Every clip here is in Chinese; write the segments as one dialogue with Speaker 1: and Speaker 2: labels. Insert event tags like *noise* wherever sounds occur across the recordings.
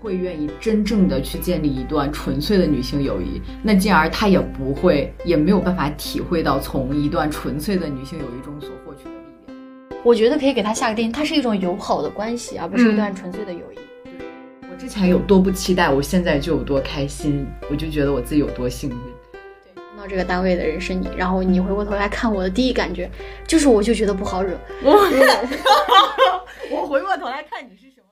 Speaker 1: 会愿意真正的去建立一段纯粹的女性友谊，那进而他也不会，也没有办法体会到从一段纯粹的女性友谊中所获取的力量。
Speaker 2: 我觉得可以给他下个定义，它是一种友好的关系，而不
Speaker 3: 嗯
Speaker 2: 是一段纯粹的友谊。
Speaker 1: 我之前有多不期待，我现在就有多开心，我就觉得我自己有多幸运。
Speaker 2: 看到这个单位的人是你，然后你回过头来看我的第一感觉就是，我就觉得不好惹。
Speaker 1: 我回过头来看你是什么？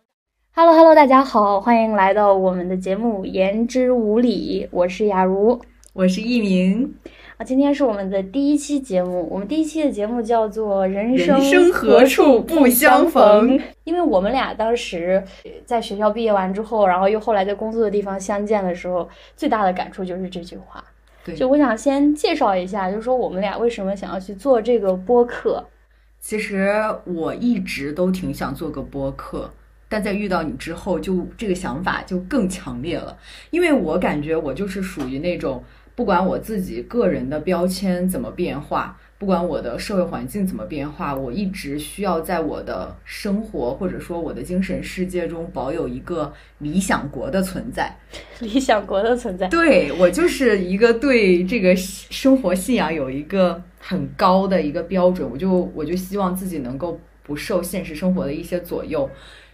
Speaker 3: Hello Hello，大家好，欢迎来到我们的节目《言之无理》，我是雅茹
Speaker 1: 我是一鸣，
Speaker 3: 啊。今天是我们的第一期节目，我们第一期的节目叫做《人生
Speaker 1: 人生何处不相逢》，
Speaker 3: 因为我们俩当时呃在学校毕业完之后，然后又后来在工作的地方相见的时候，最大的感触就是这句话。
Speaker 1: 对
Speaker 3: 就我想先介绍一下，就是说我们俩为什么想要去做这个播客。
Speaker 1: 其实我一直都挺想做个播客，但在遇到你之后就，这个想法就更强烈了。因为我感觉我就是属于那种，不管我自己个人的标签怎么变化，不管我的社会环境怎么变化，我一直需要在我的生活或者说我的精神世界中保有一个理想国的存在。
Speaker 3: 理想国的存在，
Speaker 1: 对我就是一个对这个生活信仰有一个很高的一个标准，我就我就希望自己能够不受现实生活的一些左右，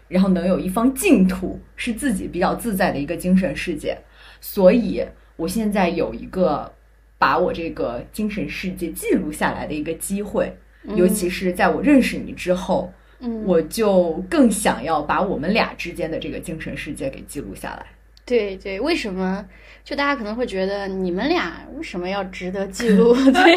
Speaker 1: 然后能有一方净土是自己比较自在的一个精神世界。所以我现在有一个把我这个精神世界记录下来的一个机会，尤其是在我认识你之后，
Speaker 3: 嗯，
Speaker 1: 我就更想要把我们俩之间的这个精神世界给记录下来。
Speaker 2: 对对，为什么？就大家可能会觉得你们俩为什么要值得记录？ *laughs*
Speaker 3: *laughs*
Speaker 2: 对，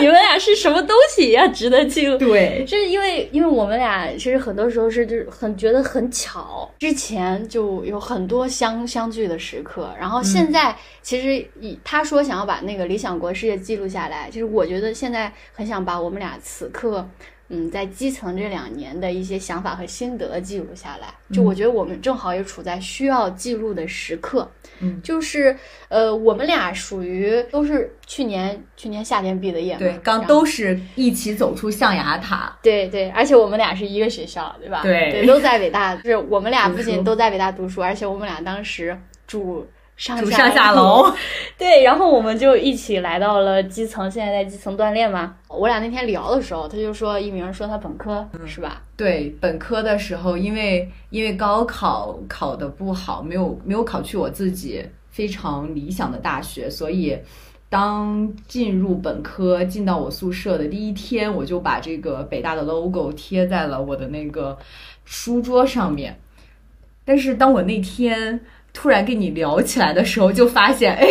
Speaker 2: 你们俩是什么东西要值得记录？
Speaker 1: 对，
Speaker 3: 是因为，因为我们俩其实很多时候是就是很觉得很巧，之前
Speaker 2: 就有很多相相聚的时刻，然后现在其实以他说想要把那个理想国世界记录下来，就是我觉得现在很想把我们俩此刻，嗯，在基层这两年的一些想法和心得记录下来。
Speaker 1: 嗯
Speaker 2: 就我觉得我们正好也处在需要记录的时刻，
Speaker 1: 嗯
Speaker 2: 就是呃，我们俩属于都是去年去年夏天毕的业嘛，
Speaker 1: 对，刚
Speaker 2: 然后
Speaker 1: 都是一起走出象牙塔。
Speaker 2: 对对，而且我们俩是一个学校，对吧？
Speaker 1: 对
Speaker 2: 都在
Speaker 1: *laughs*
Speaker 2: 北大，就是我们俩
Speaker 1: 读
Speaker 2: 不
Speaker 1: 书
Speaker 2: 仅都在北大读书，而且我们俩当时住上
Speaker 1: 住
Speaker 2: 啊下
Speaker 1: 上下
Speaker 2: 楼。 *laughs*
Speaker 1: 楼，
Speaker 3: 对，然后我们就一起来到了基层，现在在基层锻炼嘛。
Speaker 2: 我俩那天聊的时候，他就说一鸣说他本科、
Speaker 1: 嗯
Speaker 2: 是吧？
Speaker 1: 对本科的时候，因为因为高考考的不好，没有没有考去我自己非常理想的大学，所以当进入本科进到我宿舍的第一天，我就把这个北大的 logo 贴在了我的那个书桌上面。但是当我那天突然跟你聊起来的时候，就发现，哎，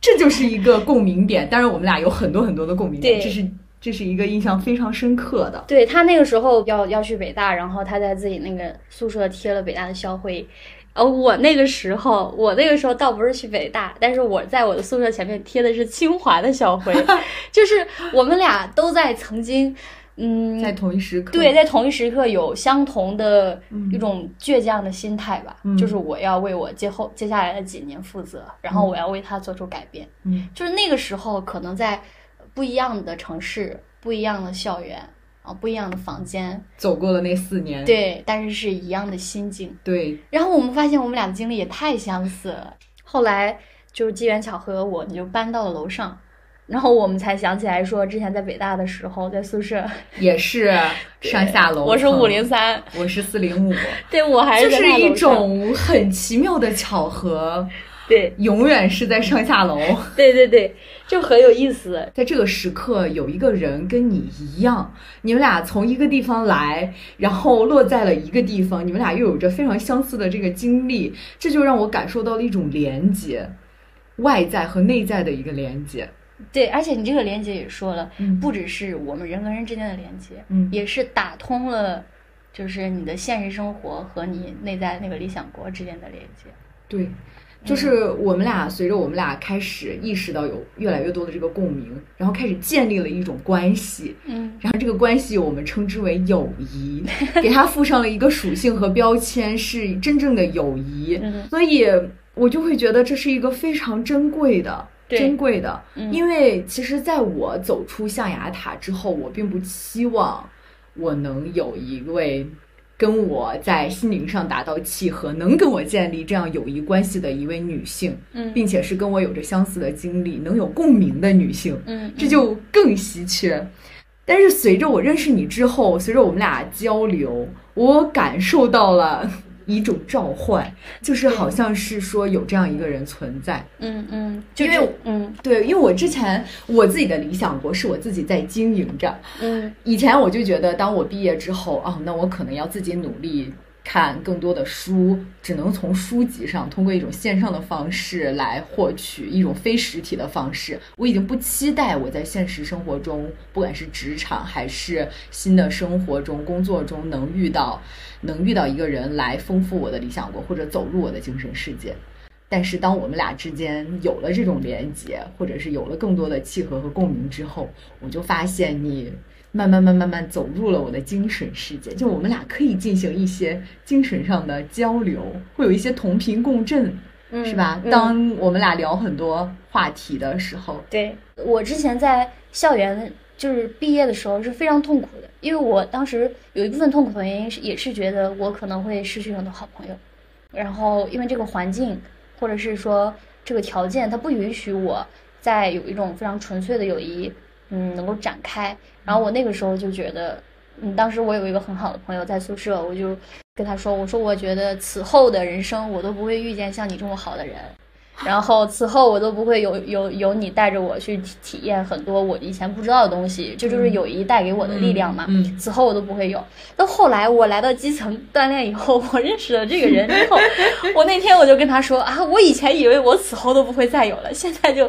Speaker 1: 这就是一个共鸣点。当然，我们俩有很多很多的共鸣点，
Speaker 3: 对
Speaker 1: 这是这是一个印象非常深刻的。
Speaker 3: 对他那个时候要要去北大，然后他在自己那个宿舍贴了北大的校徽。呃，我那个时候，我那个时候倒不是去北大，但是我在我的宿舍前面贴的是清华的校
Speaker 1: *laughs*
Speaker 3: 徽，就是我们俩都在曾经，嗯，
Speaker 1: 在同一时刻，
Speaker 3: 对，在同一时刻有相同的
Speaker 1: 嗯
Speaker 3: 一种倔强的心态吧，
Speaker 1: 嗯
Speaker 3: 就是我要为我接后接下来的几年负责，然后我要为他做出改变。
Speaker 1: 嗯，
Speaker 3: 就是那个时候，可能在不一样的城市、不一样的校园啊、不一样的房间，
Speaker 1: 走过了那四年，
Speaker 3: 对，但是是一样的心境。
Speaker 1: 对
Speaker 3: 然后我们发现我们俩的经历也太相似了。后来就是机缘巧合，我你就搬到了楼上，然后我们才想起来说，之前在北大的时候，在宿舍，
Speaker 1: 也是上下楼层。
Speaker 3: 我是五零三，
Speaker 1: 哦我是四零五，
Speaker 3: 对我还
Speaker 1: 就是
Speaker 3: 在大
Speaker 1: 是一
Speaker 3: 楼上
Speaker 1: 种很奇妙的巧合，
Speaker 3: 对
Speaker 1: 永远是在上
Speaker 3: *laughs*
Speaker 1: 下楼。
Speaker 3: 对对对，就很有意思。
Speaker 1: 在这个时刻，有一个人跟你一样，你们俩从一个地方来，然后落在了一个地方，你们俩又有着非常相似的这个经历，这就让我感受到了一种连接，外在和内在的一个连接。
Speaker 3: 对，而且你这个连接也说了，
Speaker 1: 嗯
Speaker 3: 不只是我们人和人之间的连接，
Speaker 1: 嗯
Speaker 3: 也是打通了，就是你的现实生活和你内在那个理想国之间的连接。
Speaker 1: 对，就是我们俩随着我们俩开始意识到有越来越多的这个共鸣，然后开始建立了一种关系，
Speaker 3: 嗯，
Speaker 1: 然后这个关系我们称之为友谊，给它附上了一个属性和标签，是真正的友谊。
Speaker 3: 嗯
Speaker 1: 所以我就会觉得这是一个非常珍贵的。
Speaker 3: 对
Speaker 1: 珍贵的，
Speaker 3: 嗯
Speaker 1: 因为其实在我走出象牙塔之后，我并不期望我能有一位跟我在心灵上达到契合，能跟我建立这样友谊关系的一位女性，
Speaker 2: 嗯
Speaker 1: 并且是跟我有着相似的经历、能有共鸣的女性，
Speaker 2: 嗯，
Speaker 1: 这就更稀缺。但是随着我认识你之后，随着我们俩交流，我感受到了 *laughs* 一种召唤，就是好像是说有这样一个人存在。
Speaker 2: 嗯嗯，就
Speaker 1: 因为
Speaker 2: 是嗯
Speaker 1: 对，因为我之前我自己的理想国是我自己在经营着，
Speaker 2: 嗯
Speaker 1: 以前我就觉得，当我毕业之后，啊，那我可能要自己努力看更多的书，只能从书籍上通过一种线上的方式来获取一种非实体的方式。我已经不期待我在现实生活中，不管是职场还是新的生活中、工作中，能遇到能遇到一个人来丰富我的理想国，或者走入我的精神世界。但是，当我们俩之间有了这种连接，或者是有了更多的契合和共鸣之后，我就发现你慢慢、慢慢、慢走入了我的精神世界。就我们俩可以进行一些精神上的交流，会有一些同频共振，
Speaker 2: 嗯，
Speaker 1: 是吧？
Speaker 2: 嗯
Speaker 1: 当我们俩聊很多话题的时候，
Speaker 2: 对我之前在校园就是毕业的时候是非常痛苦的，因为我当时有一部分痛苦的原因是也是觉得我可能会失去很多好朋友，然后因为这个环境或者是说这个条件，它不允许我再有一种非常纯粹的友谊，嗯，能够展开。然后我那个时候就觉得，嗯，当时我有一个很好的朋友在宿舍，我就跟他说，我说我觉得此后的人生我都不会遇见像你这么好的人。然后此后我都不会有有有你带着我去体体验很多我以前不知道的东西，这就是友谊带给我的力量嘛。
Speaker 1: 嗯嗯
Speaker 2: 此后我都不会有。到后来我来到基层锻炼以后，我认识了这个人之后，我那天我就跟他说啊，我以前以为我此后都不会再有了，现在就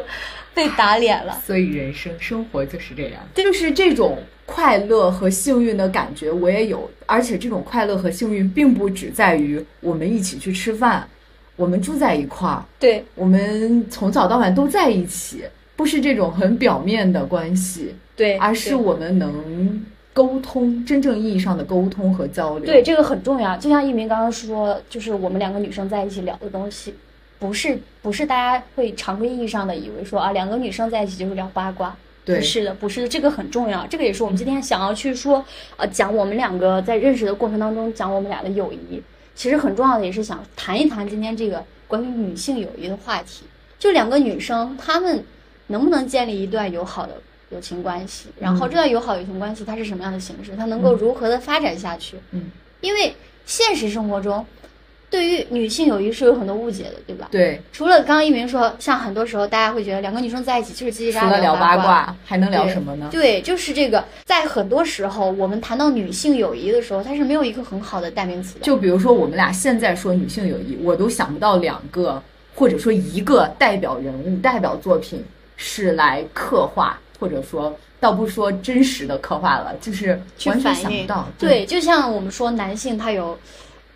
Speaker 2: 被打脸了。
Speaker 1: 所以人生生活就是这样，就是这种快乐和幸运的感觉，我也有。而且这种快乐和幸运，并不只在于我们一起去吃饭，我们住在一块儿，
Speaker 2: 对，
Speaker 1: 我们从早到晚都在一起，不是这种很表面的关系，
Speaker 2: 对，
Speaker 1: 而是
Speaker 2: 对
Speaker 1: 我们能沟通，真正意义上的沟通和交流。
Speaker 2: 对，这个很重要。就像一鸣刚刚说，就是我们两个女生在一起聊的东西，不是不是大家会常规意义上的以为说啊，两个女生在一起就是聊八卦。
Speaker 1: 对
Speaker 2: 不是的，不是的，这个很重要，这个也是我们今天想要去说，呃，讲我们两个在认识的过程当中，讲我们俩的友谊，其实很重要的也是想谈一谈今天这个关于女性友谊的话题，就两个女生她们能不能建立一段友好的友情关系，然
Speaker 1: 嗯
Speaker 2: 后这段友好友情关系它是什么样的形式，它能够
Speaker 1: 嗯
Speaker 2: 如何的发展下去，
Speaker 1: 嗯，
Speaker 2: 因为现实生活中，对于女性友谊是有很多误解的，对吧？
Speaker 1: 对，
Speaker 2: 除了刚刚一鸣说，像很多时候大家会觉得两个女生在一起就是叽叽
Speaker 1: 除
Speaker 2: 喳喳
Speaker 1: 了聊
Speaker 2: 八
Speaker 1: 八卦，还能聊
Speaker 2: 对
Speaker 1: 什么呢？
Speaker 2: 对，就是这个。在很多时候，我们谈到女性友谊的时候，它是没有一个很好的代名词的。
Speaker 1: 就比如说我们俩现在说女性友谊，我都想不到两个或者说一个代表人物、代表作品是来刻画，或者说倒不说真实的刻画了，就是
Speaker 4: 去
Speaker 1: 完全
Speaker 4: 反
Speaker 1: 想不
Speaker 4: 映
Speaker 1: 到。
Speaker 2: 对，就像我们说男性，他有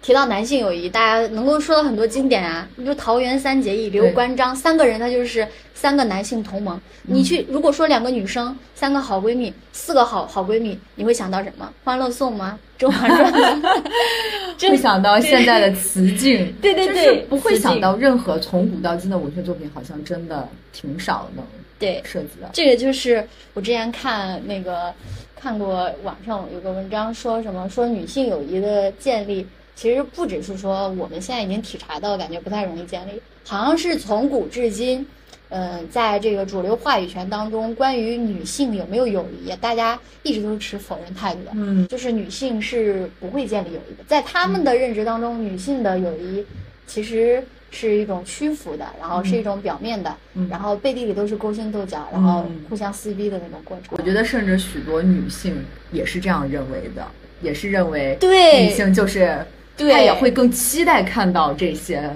Speaker 2: 提到男性友谊，大家能够说到很多经典啊，你就桃园三结义、刘
Speaker 1: 对
Speaker 2: 关张三个人，他就是三个男性同盟。
Speaker 1: 嗯
Speaker 2: 你去如果说两个女生，三个好闺蜜，四个好好闺蜜，你会想到什么？欢乐颂吗？甄嬛传
Speaker 1: *laughs*
Speaker 2: 吗？ *laughs*
Speaker 1: 会想到现在的词境，
Speaker 2: 对对
Speaker 1: 就是
Speaker 2: 对
Speaker 1: 不会
Speaker 2: 词境
Speaker 1: 想到任何从古到今的文学作品，好像真的挺少能
Speaker 2: 对，
Speaker 1: 涉及到。
Speaker 2: 这个就是我之前看那个看过网上有个文章说什么说女性友谊的建立，其实不只是说我们现在已经体察到，感觉不太容易建立，好像是从古至今，呃，在这个主流话语权当中，关于女性有没有友谊，大家一直都是持否认态度的。
Speaker 1: 嗯，
Speaker 2: 就是女性是不会建立友谊的，在他们的认知当中，女性的友谊其实是一种屈服的，然后是一种表面的，
Speaker 1: 嗯
Speaker 2: 然后背地里都是勾心斗角，然后
Speaker 1: 嗯
Speaker 2: 互相撕逼的那种过程。
Speaker 1: 我觉得甚至许多女性也是这样认为的，也是认为女
Speaker 2: 对
Speaker 1: 性就是
Speaker 2: 对
Speaker 1: 她也会更期待看到这些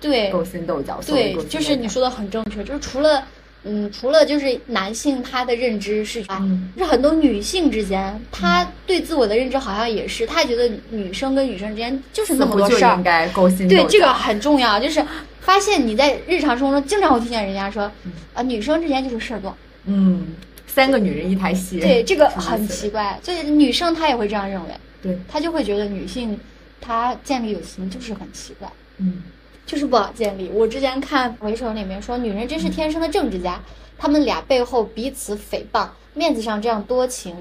Speaker 2: 对
Speaker 1: 勾心斗 *laughs* 角。所谓
Speaker 2: 对
Speaker 1: 勾，心
Speaker 2: 就
Speaker 1: 斗
Speaker 2: 是你
Speaker 1: 角
Speaker 2: 说的很正确，就是除了嗯，除了就是男性他的认知是啊，
Speaker 1: 嗯
Speaker 2: 是很多女性之间，她对自我的认知好像也是，她觉得女生跟女生之间就是
Speaker 1: 似
Speaker 2: 那么
Speaker 1: 乎
Speaker 2: 多
Speaker 1: 就
Speaker 2: 事儿
Speaker 1: 应，该勾心斗
Speaker 2: 对
Speaker 1: 角。，
Speaker 2: 这个很重要，就是发现你在日常生活中经常会听见人家说，啊，女生之间就是事儿多。
Speaker 1: 嗯，三个女人一台戏。
Speaker 2: 对，这个
Speaker 1: 什么
Speaker 2: 很
Speaker 1: 嗯意思
Speaker 2: 奇怪，就是女生她也会这样认为，
Speaker 1: 对，
Speaker 2: 她就会觉得女性她建立友情就是很奇怪，
Speaker 1: 嗯
Speaker 2: 就是不好建立。我之前看《回首》里面说，女人真是天生的政治家，她们俩背后彼此诽谤，面子上这样多情，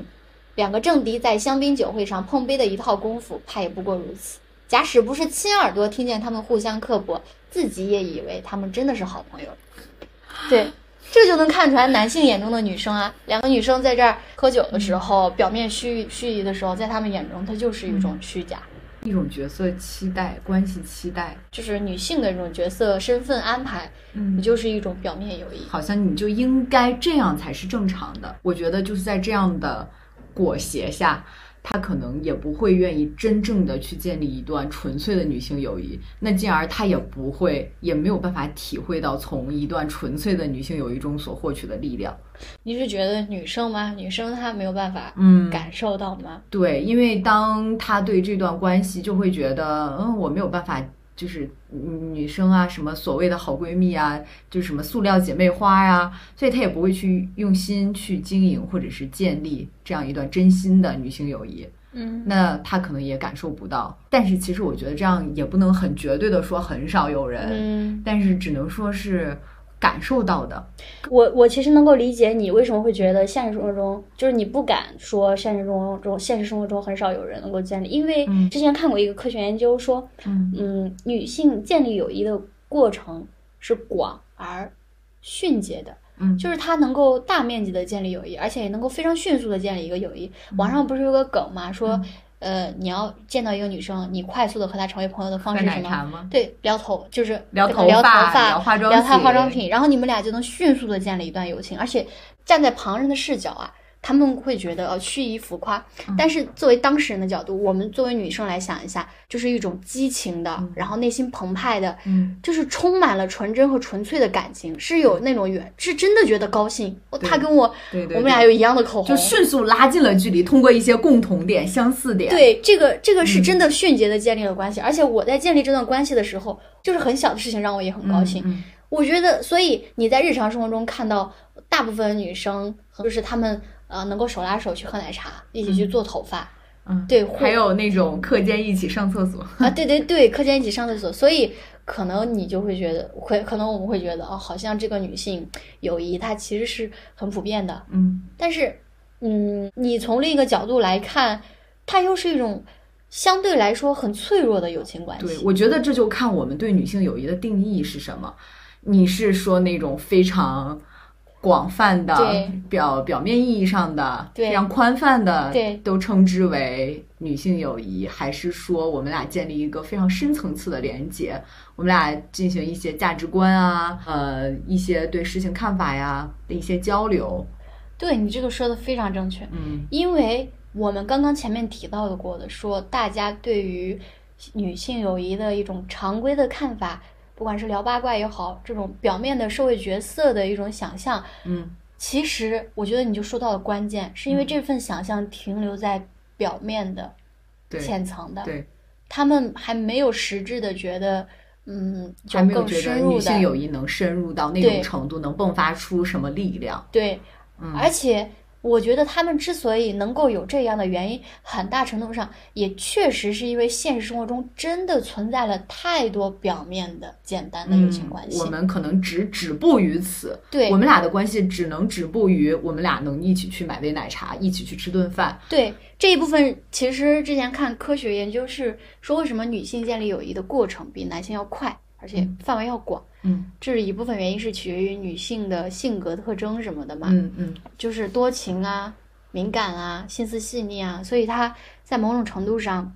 Speaker 2: 两个政敌在香槟酒会上碰杯的一套功夫，怕也不过如此。假使不是亲耳朵听见他们互相刻薄，自己也以为他们真的是好朋友。对，这就能看出来男性眼中的女生啊。两个女生在这儿喝酒的时候，表面虚虚夷的时候，在他们眼中，它就是一种虚假，
Speaker 1: 一种角色期待、关系期待，
Speaker 2: 就是女性的这种角色身份安排，
Speaker 1: 嗯
Speaker 2: 也就是一种表面友谊。
Speaker 1: 好像你就应该这样才是正常的。我觉得就是在这样的裹挟下，他可能也不会愿意真正的去建立一段纯粹的女性友谊，那进而他也不会，也没有办法体会到从一段纯粹的女性友谊中所获取的力量。
Speaker 2: 你是觉得女生吗？女生她没有办法
Speaker 1: 嗯
Speaker 2: 感受到吗？
Speaker 1: 对，因为当他对这段关系就会觉得，嗯，我没有办法，就是嗯女生啊，什么所谓的好闺蜜啊，就是什么塑料姐妹花呀、所以他也不会去用心去经营或者是建立这样一段真心的女性友谊。
Speaker 2: 嗯，
Speaker 1: 那他可能也感受不到，但是其实我觉得这样也不能很绝对的说很少有
Speaker 3: 呃
Speaker 1: 人，
Speaker 2: 嗯，
Speaker 1: 但是只能说是感受到的。
Speaker 3: 我我其实能够理解你为什么会觉得现实生活中，就是你不敢说现实中中现实生活中很少有人能够建立，因为
Speaker 1: 嗯
Speaker 3: 之前看过一个科学研究说，
Speaker 1: 嗯
Speaker 3: 嗯，女性建立友谊的过程是广而迅捷的，
Speaker 1: 嗯
Speaker 2: 就是她能够大面积的建立友谊，而且也能够非常迅速的建立一个友谊。网上不是有个梗嘛，说呃，你要见到一个女生，你快速的和她成为朋友的
Speaker 1: 嗯
Speaker 2: 方
Speaker 1: 喝
Speaker 2: 式是
Speaker 1: 奶
Speaker 2: 什么？
Speaker 1: 茶吗？
Speaker 2: 对，聊头就是
Speaker 1: 聊
Speaker 2: 跟
Speaker 1: 头
Speaker 2: 她聊头
Speaker 1: 发
Speaker 2: 发，
Speaker 1: 聊化妆
Speaker 2: 聊她化
Speaker 1: 品
Speaker 2: 妆品，然后你们俩就能迅速的建立一段友情，而且站在旁人的视角啊，他们会觉得呃虚夷浮夸，
Speaker 1: 嗯
Speaker 2: 但是作为当事人的角度，我们作为女生来想一下，就是一种激情的，然后内心澎湃的，
Speaker 1: 嗯，
Speaker 2: 就是充满了纯真和纯粹的感情，是有那种远，是真的觉得高兴，哦
Speaker 1: 对
Speaker 2: 他跟我，
Speaker 1: 对对对
Speaker 2: 我们俩有一样的口红，
Speaker 1: 就迅速拉近了距离，通过一些共同点、相似点，
Speaker 2: 对，这个这
Speaker 1: 嗯
Speaker 2: 个是真的迅捷的建立了关系，而且我在建立这段关系的时候，就是很小的事情让我也很
Speaker 1: 嗯，
Speaker 2: 高兴。
Speaker 1: 嗯
Speaker 2: 我觉得，所以你在日常生活中看到大部分女生，就是她们呃能够手拉手去喝奶茶，一起去做头发，
Speaker 1: 嗯，
Speaker 2: 对，或
Speaker 1: 还有那种课间一起上厕 *laughs* 所，
Speaker 2: 啊，对对对，课间一起上厕所，所以可能你就会觉得，会可能我们会觉得，哦，好像这个女性友谊它其实是很普遍的，
Speaker 1: 嗯，
Speaker 2: 但是，嗯，你从另一个角度来看，它又是一种相对来说很脆弱的友情关
Speaker 1: 对，
Speaker 2: 系。
Speaker 1: 我觉得这就看我们对女性友谊的定义是什么。你是说那种非常广泛的
Speaker 2: 对、
Speaker 1: 表表面意义上的、
Speaker 2: 对
Speaker 1: 非常宽泛的，
Speaker 2: 对
Speaker 1: 都称之为女性友谊，还是说我们俩建立一个非常深层次的连接，我们俩进行一些价值观啊，呃，一些对事情看法呀的一些交流，
Speaker 2: 对你这个说的非常正确，
Speaker 1: 嗯
Speaker 2: 因为我们刚刚前面提到的过的，说大家对于女性友谊的一种常规的看法，不管是聊八卦也好，这种表面的社会角色的一种想象，
Speaker 1: 嗯。
Speaker 2: 其实我觉得你就说到了关键，是因为这份想象停留在表面的、
Speaker 1: 对
Speaker 2: 浅层的，
Speaker 1: 对，
Speaker 2: 他们还没有实质的觉得，嗯，就
Speaker 1: 还没有
Speaker 2: 更
Speaker 1: 觉
Speaker 2: 深
Speaker 1: 得
Speaker 2: 入
Speaker 1: 女
Speaker 2: 的
Speaker 1: 性友谊能深入到那
Speaker 2: 对
Speaker 1: 种程度，能迸发出什么力量？嗯
Speaker 2: 对，而且我觉得他们之所以能够有这样的原因，很大程度上也确实是因为现实生活中真的存在了太多表面的简单的友情关系。
Speaker 1: 嗯我们可能只止步于此。
Speaker 2: 对
Speaker 1: 我们俩的关系只能止步于我们俩能一起去买杯奶茶，一起去吃顿饭。
Speaker 2: 对这一部分，其实之前看科学研究是说，为什么女性建立友谊的过程比男性要快，而且范围要广。
Speaker 1: 嗯
Speaker 2: 这是一部分原因是取决于女性的性格特征什么的嘛，
Speaker 1: 嗯嗯，
Speaker 2: 就是多情啊、敏感啊、心思细腻啊，所以她在某种程度上，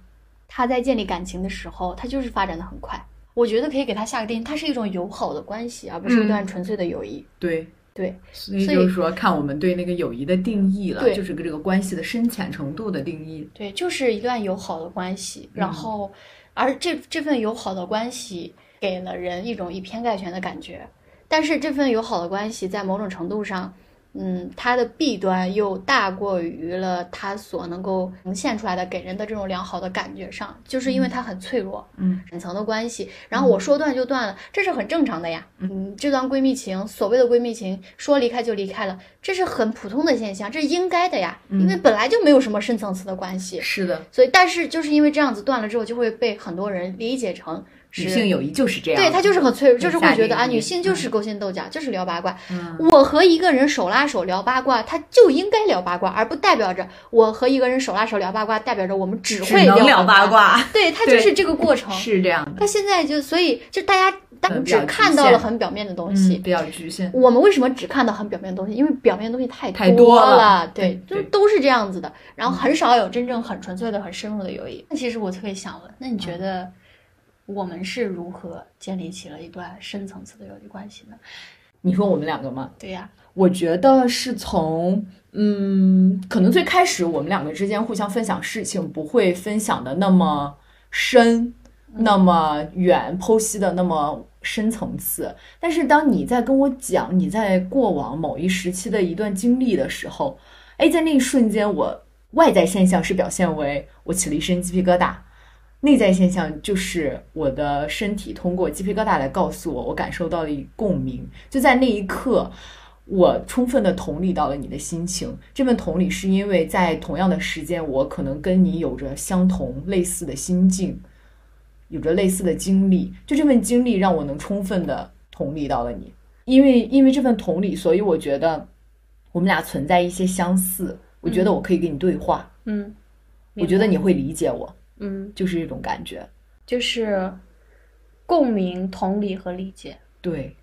Speaker 2: 她在建立感情的时候，她就是发展的很快。我觉得可以给她下个定义，它是一种友好的关系，而不是一段纯粹的友谊。
Speaker 1: 对。
Speaker 2: 对
Speaker 1: 所以
Speaker 2: 所以
Speaker 1: 就是说，看我们对那个友谊的定义了，
Speaker 2: 对
Speaker 1: 就是这个关系的深浅程度的定义。
Speaker 2: 对，就是一段友好的关系。然后，而这这份友好的关系给了人一种以偏概全的感觉，但是这份友好的关系在某种程度上。嗯，它的弊端又大过于了它所能够呈现出来的给人的这种良好的感觉上，就是因为它很脆弱，
Speaker 1: 嗯，
Speaker 2: 深层的关系。然后我说断就断了，这是很正常的呀。嗯，这段闺蜜情，所谓的闺蜜情，说离开就离开了，这是很普通的现象，这是应该的呀，因为本来就没有什么深层次的关系。
Speaker 1: 是的，
Speaker 2: 所以，但是就是因为这样子断了之后，就会被很多人理解成
Speaker 1: 女性友谊就是这样，
Speaker 5: 对他就是很脆弱，就是会觉得
Speaker 1: 下
Speaker 5: 啊，
Speaker 1: 定义
Speaker 5: 女性就是勾心斗角，就是聊八卦。
Speaker 1: 嗯
Speaker 5: 我和一个人手拉手聊八卦，他就应该聊八卦，而不代表着我和一个人手拉手聊八卦，代表着我们只会
Speaker 1: 只能聊
Speaker 5: 八
Speaker 1: 八。卦，
Speaker 5: 对，他就是这个过程。
Speaker 1: 是这样的，
Speaker 5: 他现在就所以就大家当
Speaker 1: 很
Speaker 5: 只
Speaker 1: 表
Speaker 5: 看
Speaker 1: 局
Speaker 5: 到了
Speaker 1: 限
Speaker 5: 很表面的东西，
Speaker 1: 嗯，比较局限。
Speaker 5: 我们为什么只看到很表面的东西？因为表面的东西太
Speaker 1: 太
Speaker 5: 多
Speaker 1: 多了
Speaker 5: 对，
Speaker 1: 对
Speaker 5: 就
Speaker 1: 对
Speaker 5: 都是这样子的。然后很少有真正很纯粹的、很深入的友谊。
Speaker 2: 那其实我特别想问，那你觉得我们是如何建立起了一段深层次的友谊关系呢？
Speaker 1: 你说我们两个吗？
Speaker 2: 对呀、
Speaker 1: 我觉得是从，嗯，可能最开始我们两个之间互相分享事情，不会分享的那么深、那么远，剖析的那么深层次。但是当你在跟我讲你在过往某一时期的一段经历的时候，哎，在那一瞬间，我外在现象是表现为我起了一身鸡皮疙瘩。内在现象就是我的身体通过鸡皮疙瘩来告诉我，我感受到了一共鸣。就在那一刻，我充分的同理到了你的心情。这份同理是因为在同样的时间，我可能跟你有着相同类似的心境，有着类似的经历。就这份经历让我能充分的同理到了你，因为因为这份同理，所以我觉得我们俩存在一些相似。我觉得我可以跟你对话，
Speaker 2: 嗯，
Speaker 1: 我觉得
Speaker 2: 明
Speaker 1: 你会理解我，
Speaker 2: 白，嗯，
Speaker 1: 就是这种感觉。
Speaker 2: 就是共鸣、同理和理解。
Speaker 1: 对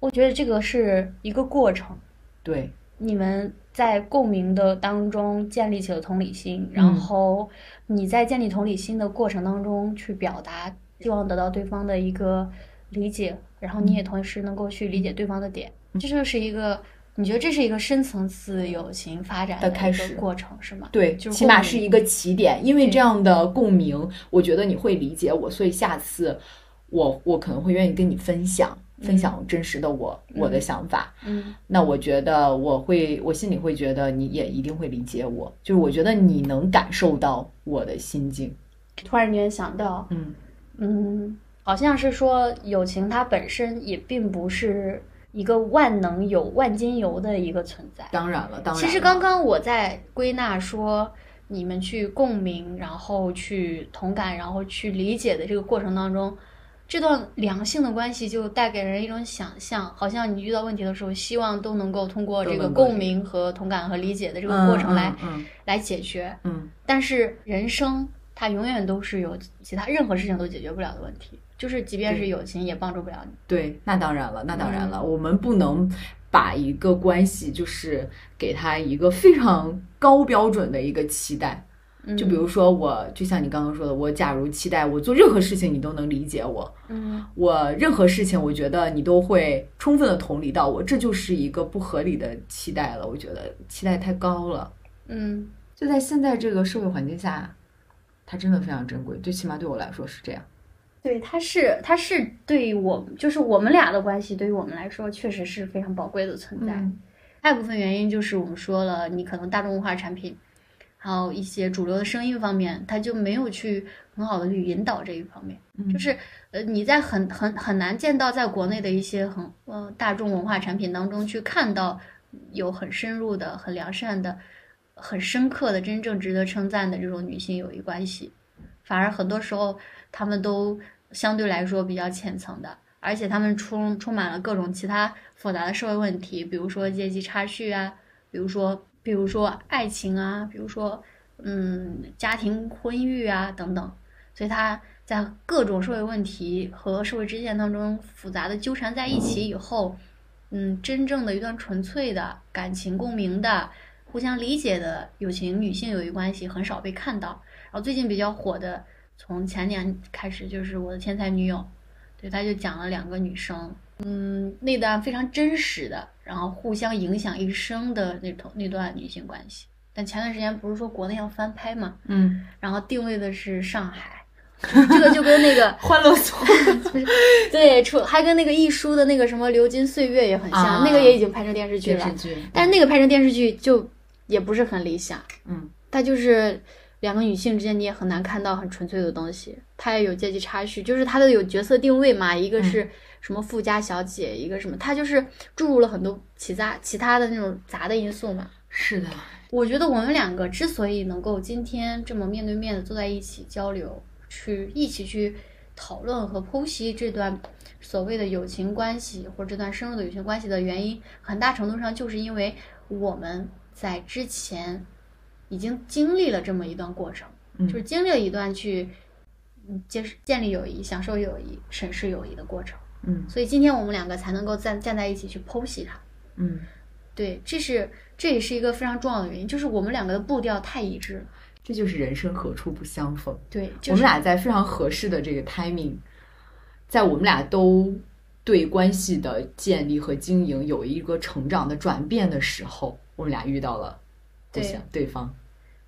Speaker 2: 我觉得这个是一个过程，
Speaker 1: 对，
Speaker 2: 你们在共鸣的当中建立起了同理心，然后你在建立同理心的过程当中去表达，希望得到对方的一个理解，然后你也同时能够去理解对方的点，这就是一个。你觉得这是一个深层次友情发展
Speaker 1: 的
Speaker 2: 一
Speaker 1: 开
Speaker 2: 个
Speaker 1: 始
Speaker 2: 过程是吗？
Speaker 1: 对，
Speaker 2: 就是
Speaker 1: 起码
Speaker 2: 共
Speaker 1: 是
Speaker 2: 鸣
Speaker 1: 一个起点，因为
Speaker 2: 对
Speaker 1: 这样的共鸣，我觉得你会理解我，所以下次我我可能会愿意跟你分享，分享真实的我、我的想法。
Speaker 2: 嗯
Speaker 1: 那我觉得我会，我心里会觉得你也一定会理解我，就是我觉得你能感受到我的心境。
Speaker 2: 突然间想到，
Speaker 1: 嗯，
Speaker 2: 嗯，好像是说友情它本身也并不是一个万能油、万金油的一个存在。
Speaker 1: 当然了，当然了。
Speaker 2: 其实刚刚我在归纳说，你们去共鸣，然后去同感，然后去理解的这个过程当中，这段良性的关系就带给人一种想象，好像你遇到问题的时候，希望都能够通过
Speaker 1: 都
Speaker 2: 这个
Speaker 1: 能够
Speaker 2: 共鸣和同感和理解的这
Speaker 1: 这
Speaker 2: 个过程来、
Speaker 1: 嗯
Speaker 2: 来解决。
Speaker 1: 嗯嗯
Speaker 2: 但是人生它永远都是有其他任何事情都解决不了的问题，就是即便是
Speaker 1: 对
Speaker 2: 友情也帮助不了你。
Speaker 1: 对，那当然了，那当然了，
Speaker 2: 嗯
Speaker 1: 我们不能把一个关系就是给他一个非常高标准的一个期待。
Speaker 2: 嗯
Speaker 1: 就比，如说我，就像你刚刚说的，我假如期待我做任何事情你都能理解我，
Speaker 2: 嗯
Speaker 1: 我任何事情我觉得你都会充分的同理到我，这就是一个不合理的期待了。我觉得期待太高了，
Speaker 2: 嗯，
Speaker 1: 就在现在这个社会环境下，它真的非常珍贵，最起码对我来说是这样。
Speaker 2: 对，它是它是对于我，就是我们俩的关系，对于我们来说确实是非常宝贵的存在。
Speaker 1: 嗯
Speaker 2: 还有一部分原因就是我们说了，你可能大众文化产品，还有一些主流的声音方面，它就没有去很好的去引导这一方面。
Speaker 1: 嗯
Speaker 2: 就是呃，你在很很很难见到在国内的一些很呃大众文化产品当中去看到有很深入的、很良善的、很深刻的、真正值得称赞的这种女性友谊关系，反而很多时候他们都相对来说比较浅层的，而且他们充充满了各种其他复杂的社会问题，比如说阶级差距啊，比如说比如说爱情啊，比如说嗯家庭婚育啊等等，所以它在各种社会问题和社会之间当中复杂的纠缠在一起以后，嗯，真正的一段纯粹的感情共鸣的。互相理解的友情、女性友谊关系很少被看到，然后最近比较火的，从前年开始就是我的天才女友，对，他就讲了两个女生，嗯，那段非常真实的，然后互相影响一生的那种那段女性关系。但前段时间不是说国内要翻拍嘛，
Speaker 1: 嗯，
Speaker 2: 然后定位的是上海，这个就跟那
Speaker 1: *laughs*
Speaker 2: 个
Speaker 1: 欢乐颂
Speaker 2: 对，出还跟那个一书的那个什么《流金岁月》也很像，
Speaker 1: 啊
Speaker 2: 那个也已经拍成电视剧
Speaker 1: 电
Speaker 2: 了
Speaker 1: 视，剧，
Speaker 5: 但是那个拍成电视剧就也不是很理想，
Speaker 1: 嗯，
Speaker 5: 它就是两个女性之间你也很难看到很纯粹的东西，它也有阶级差距，就是它的有角色定位嘛，一个
Speaker 1: 嗯
Speaker 5: 是什么富家小姐，一个什么，它就是注入了很多其他其他的那种杂的因素嘛。
Speaker 1: 是的，
Speaker 2: 我觉得我们两个之所以能够今天这么面对面的坐在一起交流，去一起去讨论和剖析这段所谓的友情关系或者这段深入的友情关系的原因，很大程度上就是因为我们在之前已经经历了这么一段过程，
Speaker 1: 嗯
Speaker 2: 就是经历了一段去嗯接建立友谊、享受友谊、审视友谊的过程。
Speaker 1: 嗯
Speaker 2: 所以今天我们两个才能够站站在一起去剖析它。
Speaker 1: 嗯，
Speaker 2: 对，这是这也是一个非常重要的原因，就是我们两个的步调太一致了。
Speaker 1: 这就是人生何处不相逢。
Speaker 2: 对，就是、
Speaker 1: 我们俩在非常合适的这个 timing，在我们俩都对关系的建立和经营有一个成长的转变的时候，我们俩遇到了互
Speaker 2: 对
Speaker 1: 相对方。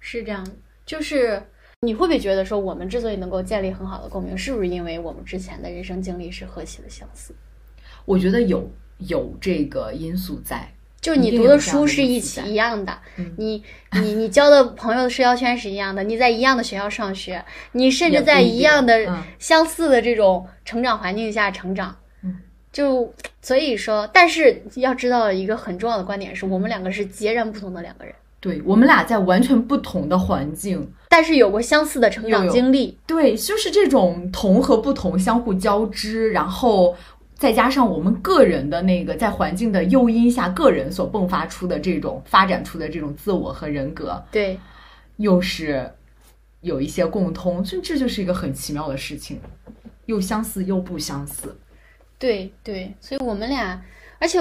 Speaker 2: 是这样的，就是你会不会觉得说，我们之所以能够建立很好的共鸣，是不是因为我们之前的人生经历是何其的相似？
Speaker 1: 我觉得有有这个因素在，
Speaker 2: 就是你
Speaker 1: 一定
Speaker 2: 读
Speaker 1: 有
Speaker 2: 的
Speaker 1: 这样
Speaker 2: 书
Speaker 1: 的
Speaker 2: 是
Speaker 1: 因
Speaker 2: 一
Speaker 1: 素
Speaker 2: 起
Speaker 1: 在
Speaker 2: 一样的，
Speaker 1: 嗯
Speaker 2: 你你你交的朋友的社交圈是一样的，你在一样的学校上学，你甚
Speaker 1: 也
Speaker 2: 至
Speaker 1: 不
Speaker 2: 在
Speaker 1: 一
Speaker 2: 一
Speaker 1: 定
Speaker 2: 样的、
Speaker 1: 嗯
Speaker 2: 相似的这种成长环境下成长。
Speaker 1: 嗯
Speaker 2: 就所以说，但是要知道一个很重要的观点是，我们两个是截然不同的两个人，
Speaker 1: 对我们俩在完全不同的环境，
Speaker 2: 但是有过相似的成
Speaker 1: 又
Speaker 2: 长
Speaker 1: 有
Speaker 2: 经历。
Speaker 1: 对，就是这种同和不同相互交织，然后再加上我们个人的那个在环境的诱因下，个人所迸发出的这种发展出的这种自我和人格，
Speaker 2: 对，
Speaker 1: 又是有一些共通，所以这就是一个很奇妙的事情，又相似又不相似。
Speaker 2: 对对，所以我们俩，而且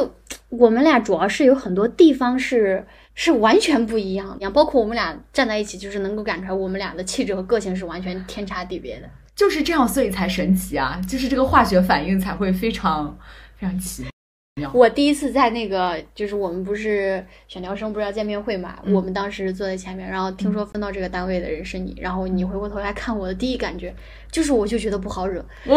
Speaker 2: 我们俩主要是有很多地方是是完全不一样的，包括我们俩站在一起，就是能够感出来我们俩的气质和个性是完全天差地别的。
Speaker 1: 就是这样，所以才神奇啊！就是这个化学反应才会非常非常奇妙。
Speaker 2: *laughs* 我第一次在那个，就是我们不是选调生不是要见面会嘛，
Speaker 1: 嗯
Speaker 2: 我们当时坐在前面，然后听说分到这个单位的人是你，然后你回过头来看我的第一感觉就是我就觉得不好惹，
Speaker 1: *laughs* 我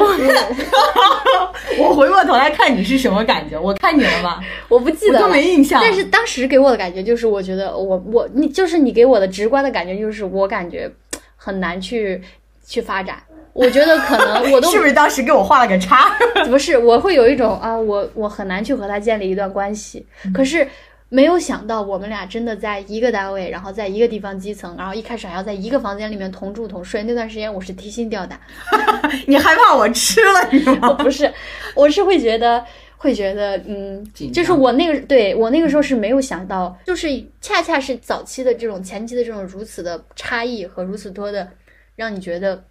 Speaker 1: 我回过头来看你是什么感觉？我看你了吗？
Speaker 2: 我不记
Speaker 1: 我
Speaker 2: 得
Speaker 1: 都
Speaker 2: 了
Speaker 1: 没印象。
Speaker 2: 但是当时给我的感觉就是，我觉得我我你就是你给我的直观的感觉就是，我感觉很难去去发展。我觉得可能我
Speaker 1: *laughs*
Speaker 2: 都
Speaker 1: 是不是当时给 *laughs* 我画了个叉？ *laughs*
Speaker 2: 不是，我会有一种啊，我我很难去和他建立一段关系。
Speaker 1: 嗯
Speaker 2: 可是没有想到，我们俩真的在一个单位，然后在一个地方基层，然后一开始还要在一个房间里面同住同睡。那段时间我是提心吊胆，
Speaker 1: 你害怕我吃了你吗？
Speaker 2: 我 *laughs* 不是，我是会觉得，会觉得，嗯
Speaker 1: 紧，
Speaker 2: 就是
Speaker 1: 张
Speaker 2: 我那个，对我那个时候是没有想到，就是恰恰是早期的这种前期的这种如此的差异和如此多的让你觉得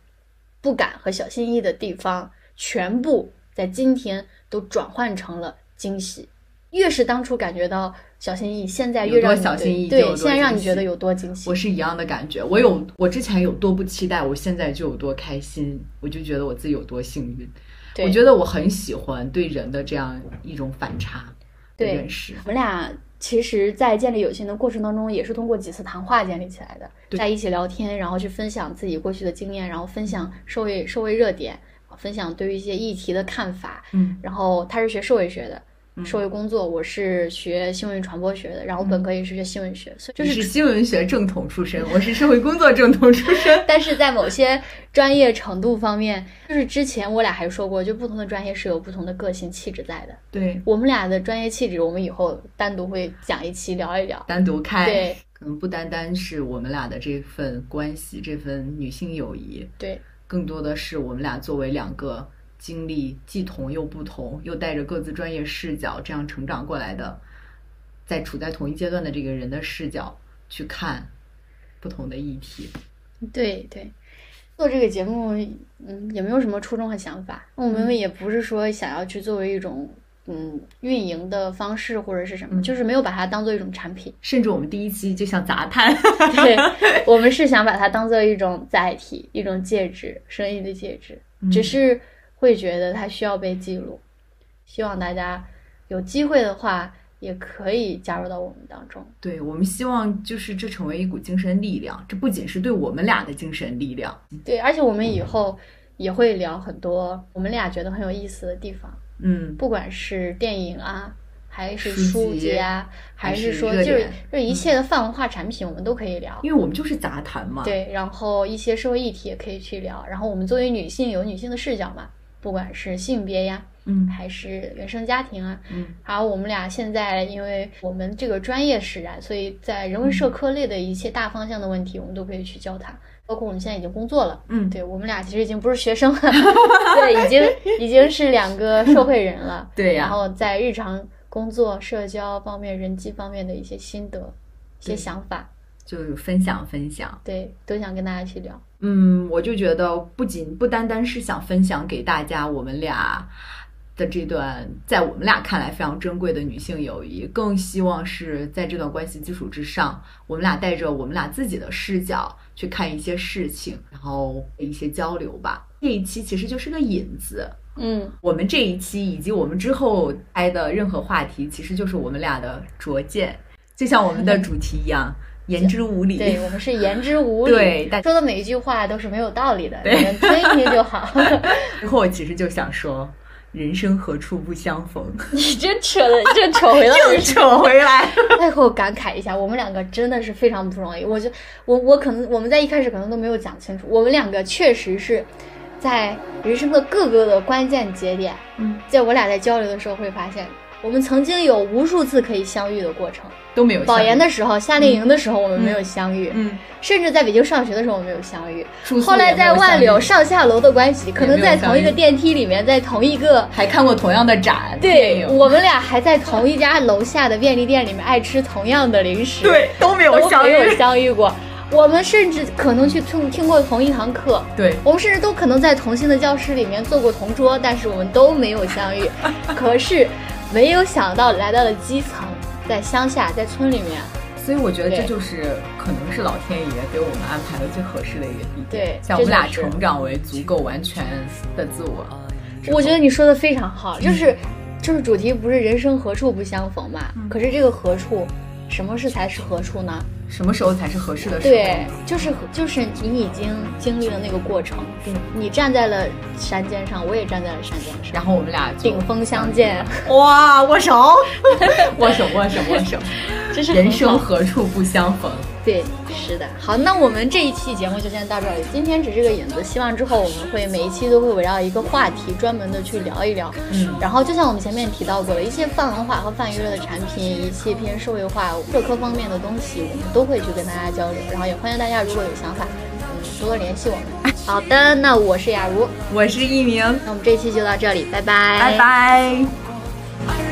Speaker 2: 不敢和小心翼翼的地方，全部在今天都转换成了惊喜。越是当初感觉到小心翼翼，现在
Speaker 1: 有
Speaker 2: 越
Speaker 1: 多
Speaker 2: 让你
Speaker 1: 小
Speaker 2: 对
Speaker 1: 心翼翼就有
Speaker 2: 对，
Speaker 1: 多
Speaker 2: 现在让
Speaker 1: 惊
Speaker 2: 你觉得
Speaker 1: 喜
Speaker 2: 有多惊喜
Speaker 1: 我。是一样的感觉，我有我之前有多不期待，我现在就有多开心，我就觉得我自己有多幸运。
Speaker 2: 对
Speaker 1: 我觉得我很喜欢对人的这样一种反差的
Speaker 2: 对
Speaker 1: 认识。
Speaker 2: 我们俩其实，在建立友情的过程当中，也是通过几次谈话建立起来的，
Speaker 1: 对
Speaker 2: 在一起聊天，然后去分享自己过去的经验，然后分享社会社会热点，分享对于一些议题的看法。
Speaker 1: 嗯，
Speaker 2: 然后他是学社会学的，社会工作，我是学新闻与传播学的，然后本科也是学新闻学，所以就
Speaker 1: 嗯你是
Speaker 2: 是。。
Speaker 1: 新闻学正统出身，我是社会工作正统出身
Speaker 2: *laughs* 但是在某些专业程度方面，就是之前我俩还说过，就不同的专业是有不同的个性气质在的。
Speaker 1: 对，
Speaker 2: 我们俩的专业气质，我们以后单独会讲一期聊一聊。
Speaker 1: 单独开，
Speaker 2: 对，
Speaker 1: 可能不单单是我们俩的这份关系，这份女性友谊，
Speaker 2: 对，
Speaker 1: 更多的是我们俩作为两个经历既同又不同，又带着各自专业视角这样成长过来的，在处在同一阶段的这个人的视角去看不同的议题。嗯
Speaker 2: 对对，做这个节目，嗯，也没有什么初衷和想法。我们
Speaker 1: 嗯
Speaker 2: 也不是说想要去作为一种嗯运营的方式或者是什
Speaker 1: 嗯
Speaker 2: 么，就是没有把它当做一种产
Speaker 1: *laughs*
Speaker 2: 品。
Speaker 1: 甚至我们第一期就像杂谈， *laughs*
Speaker 2: 对，我们是想把它当做一种载体，一种介质，声音的介质。只
Speaker 1: 嗯
Speaker 2: 是会觉得它需要被记录，希望大家有机会的话，也可以加入到我们当中。
Speaker 1: 对我们希望就是这成为一股精神力量，这不仅是对我们俩的精神力量，
Speaker 2: 对，而且我
Speaker 1: 嗯
Speaker 2: 们以后也会聊很多我们俩觉得很有意思的地方。
Speaker 1: 嗯，
Speaker 2: 不管是电影啊，还是
Speaker 1: 书
Speaker 2: 书
Speaker 1: 籍
Speaker 2: 籍啊，还
Speaker 1: 还
Speaker 2: 是
Speaker 1: 是
Speaker 2: 说
Speaker 1: 热
Speaker 2: 就是
Speaker 1: 点嗯
Speaker 2: 就是一切的泛文化产品，我们都可以聊。
Speaker 1: 因为我们就是杂谈嘛，
Speaker 2: 对，然后一些社会议题也可以去聊。然后我们作为女性有女性的视角嘛，不管是性别呀，
Speaker 1: 嗯
Speaker 2: 还是原生家庭啊。
Speaker 1: 嗯
Speaker 2: 还有我们俩现在，因为我们这个专业使然，所以在人文
Speaker 1: 嗯
Speaker 2: 社科类的一些大方向的问题，我们都可以去交谈。包括我们现在已经工作了，
Speaker 1: 嗯
Speaker 2: 对我们俩其实已经不是学生了，对，已经
Speaker 3: *laughs*
Speaker 2: 已经是两个社会人了。
Speaker 1: 对呀
Speaker 2: 然后在日常工作、社交方面、人际方面的一些心得、一些想法，
Speaker 1: 就是分享分享。
Speaker 2: 对，都想跟大家去聊。
Speaker 1: 嗯，我就觉得不仅不单单是想分享给大家我们俩的这段在我们俩看来非常珍贵的女性友谊，更希望是在这段关系基础之上，我们俩带着我们俩自己的视角去看一些事情，然后一些交流吧。这一期其实就是个引子，
Speaker 3: 嗯，
Speaker 1: 我们这一期以及我们之后开的任何话题，其实就是我们俩的拙见，就像我们的主题一样，言之无理。
Speaker 2: 对我们是言之无
Speaker 3: *laughs*
Speaker 2: 理，
Speaker 1: 对但
Speaker 2: 说的每一句话都是没有道理的，你们听一听就好。
Speaker 1: *laughs* 之后其实就想说，人生何处不相
Speaker 2: *laughs*
Speaker 1: 逢，
Speaker 3: *laughs*
Speaker 1: *laughs*
Speaker 3: 你真扯的，你这扯回到
Speaker 1: 又扯回来。
Speaker 2: *laughs* 最后感慨一下，我们两个真的是非常不容易。我就我我可能我们在一开始可能都没有讲清楚，我们两个确实是在人生的各个的关键节点，
Speaker 1: 嗯，
Speaker 2: 在我俩在交流的时候会发现，我们曾经有无数次可以相遇的过程。
Speaker 1: 都没有
Speaker 2: 保
Speaker 1: 相
Speaker 2: 研
Speaker 1: 遇，
Speaker 2: 的时候、夏令营的时候，我们没有相遇，
Speaker 1: 嗯，
Speaker 2: 甚至在北京上学的时候，我们没有相遇。
Speaker 1: 住宿
Speaker 2: 后
Speaker 1: 也
Speaker 2: 来
Speaker 1: 没
Speaker 2: 在
Speaker 1: 有
Speaker 2: 万
Speaker 1: 相
Speaker 2: 柳
Speaker 1: 遇
Speaker 2: 上下楼的关系，可能
Speaker 1: 也没
Speaker 2: 在
Speaker 1: 有相
Speaker 2: 同一个
Speaker 1: 遇
Speaker 2: 电梯里面，在同一个。
Speaker 1: 还看过同样的展，电
Speaker 2: 对
Speaker 1: 影
Speaker 2: 我们俩还在同一家楼下的便利店里面爱吃同样的零食，，
Speaker 1: 对都没有
Speaker 2: 都
Speaker 1: 相
Speaker 2: 没有
Speaker 1: 遇，
Speaker 2: 相遇过。我们甚至可能去听听过同一堂课，
Speaker 1: 对，
Speaker 2: 我们甚至都可能在同性的教室里面坐过同桌，但是我们都没有相遇。可是没有想到来到了基层，在乡下，在村里面，
Speaker 1: 所以我觉得这
Speaker 2: 对
Speaker 1: 就是可能是老天爷给我们安排的最合适的一个地点，
Speaker 2: 对
Speaker 1: 像我们
Speaker 2: 这就
Speaker 1: 俩
Speaker 2: 是
Speaker 1: 成长为足够完全的自我，
Speaker 2: 我觉得你说的非常好，就是就是主题不是人生何处不相逢嘛？
Speaker 1: 嗯
Speaker 2: 可是这个何处，什么是才是何处呢？
Speaker 1: 什么时候才是合适的时候？
Speaker 2: 对，就是就是你已经经历了那个过程，你你站在了山尖上，我也站在了山尖上，
Speaker 1: 然后我们俩就
Speaker 2: 顶峰相见，啊
Speaker 1: 哇，握手， *laughs* 握手，握手，握手，
Speaker 2: 这是
Speaker 1: 人
Speaker 2: 很
Speaker 1: 生
Speaker 2: 好
Speaker 1: 何处不相逢？
Speaker 2: 对，是的。好，那我们这一期节目就先到这里。今天只是个引子，希望之后我们会每一期都会围绕一个话题专门的去聊一聊。
Speaker 1: 嗯
Speaker 2: 然后就像我们前面提到过的，一些泛文化和泛娱乐的产品，一些偏社会化、社科方面的东西，我们都会去跟大家交流。然后也欢迎大家如果有想法，嗯，多多联系我
Speaker 1: 哎
Speaker 2: 们。好的，那我是雅茹，
Speaker 1: 我是一鸣，
Speaker 2: 那我们这期就到这里，拜拜，
Speaker 1: 拜拜。
Speaker 6: I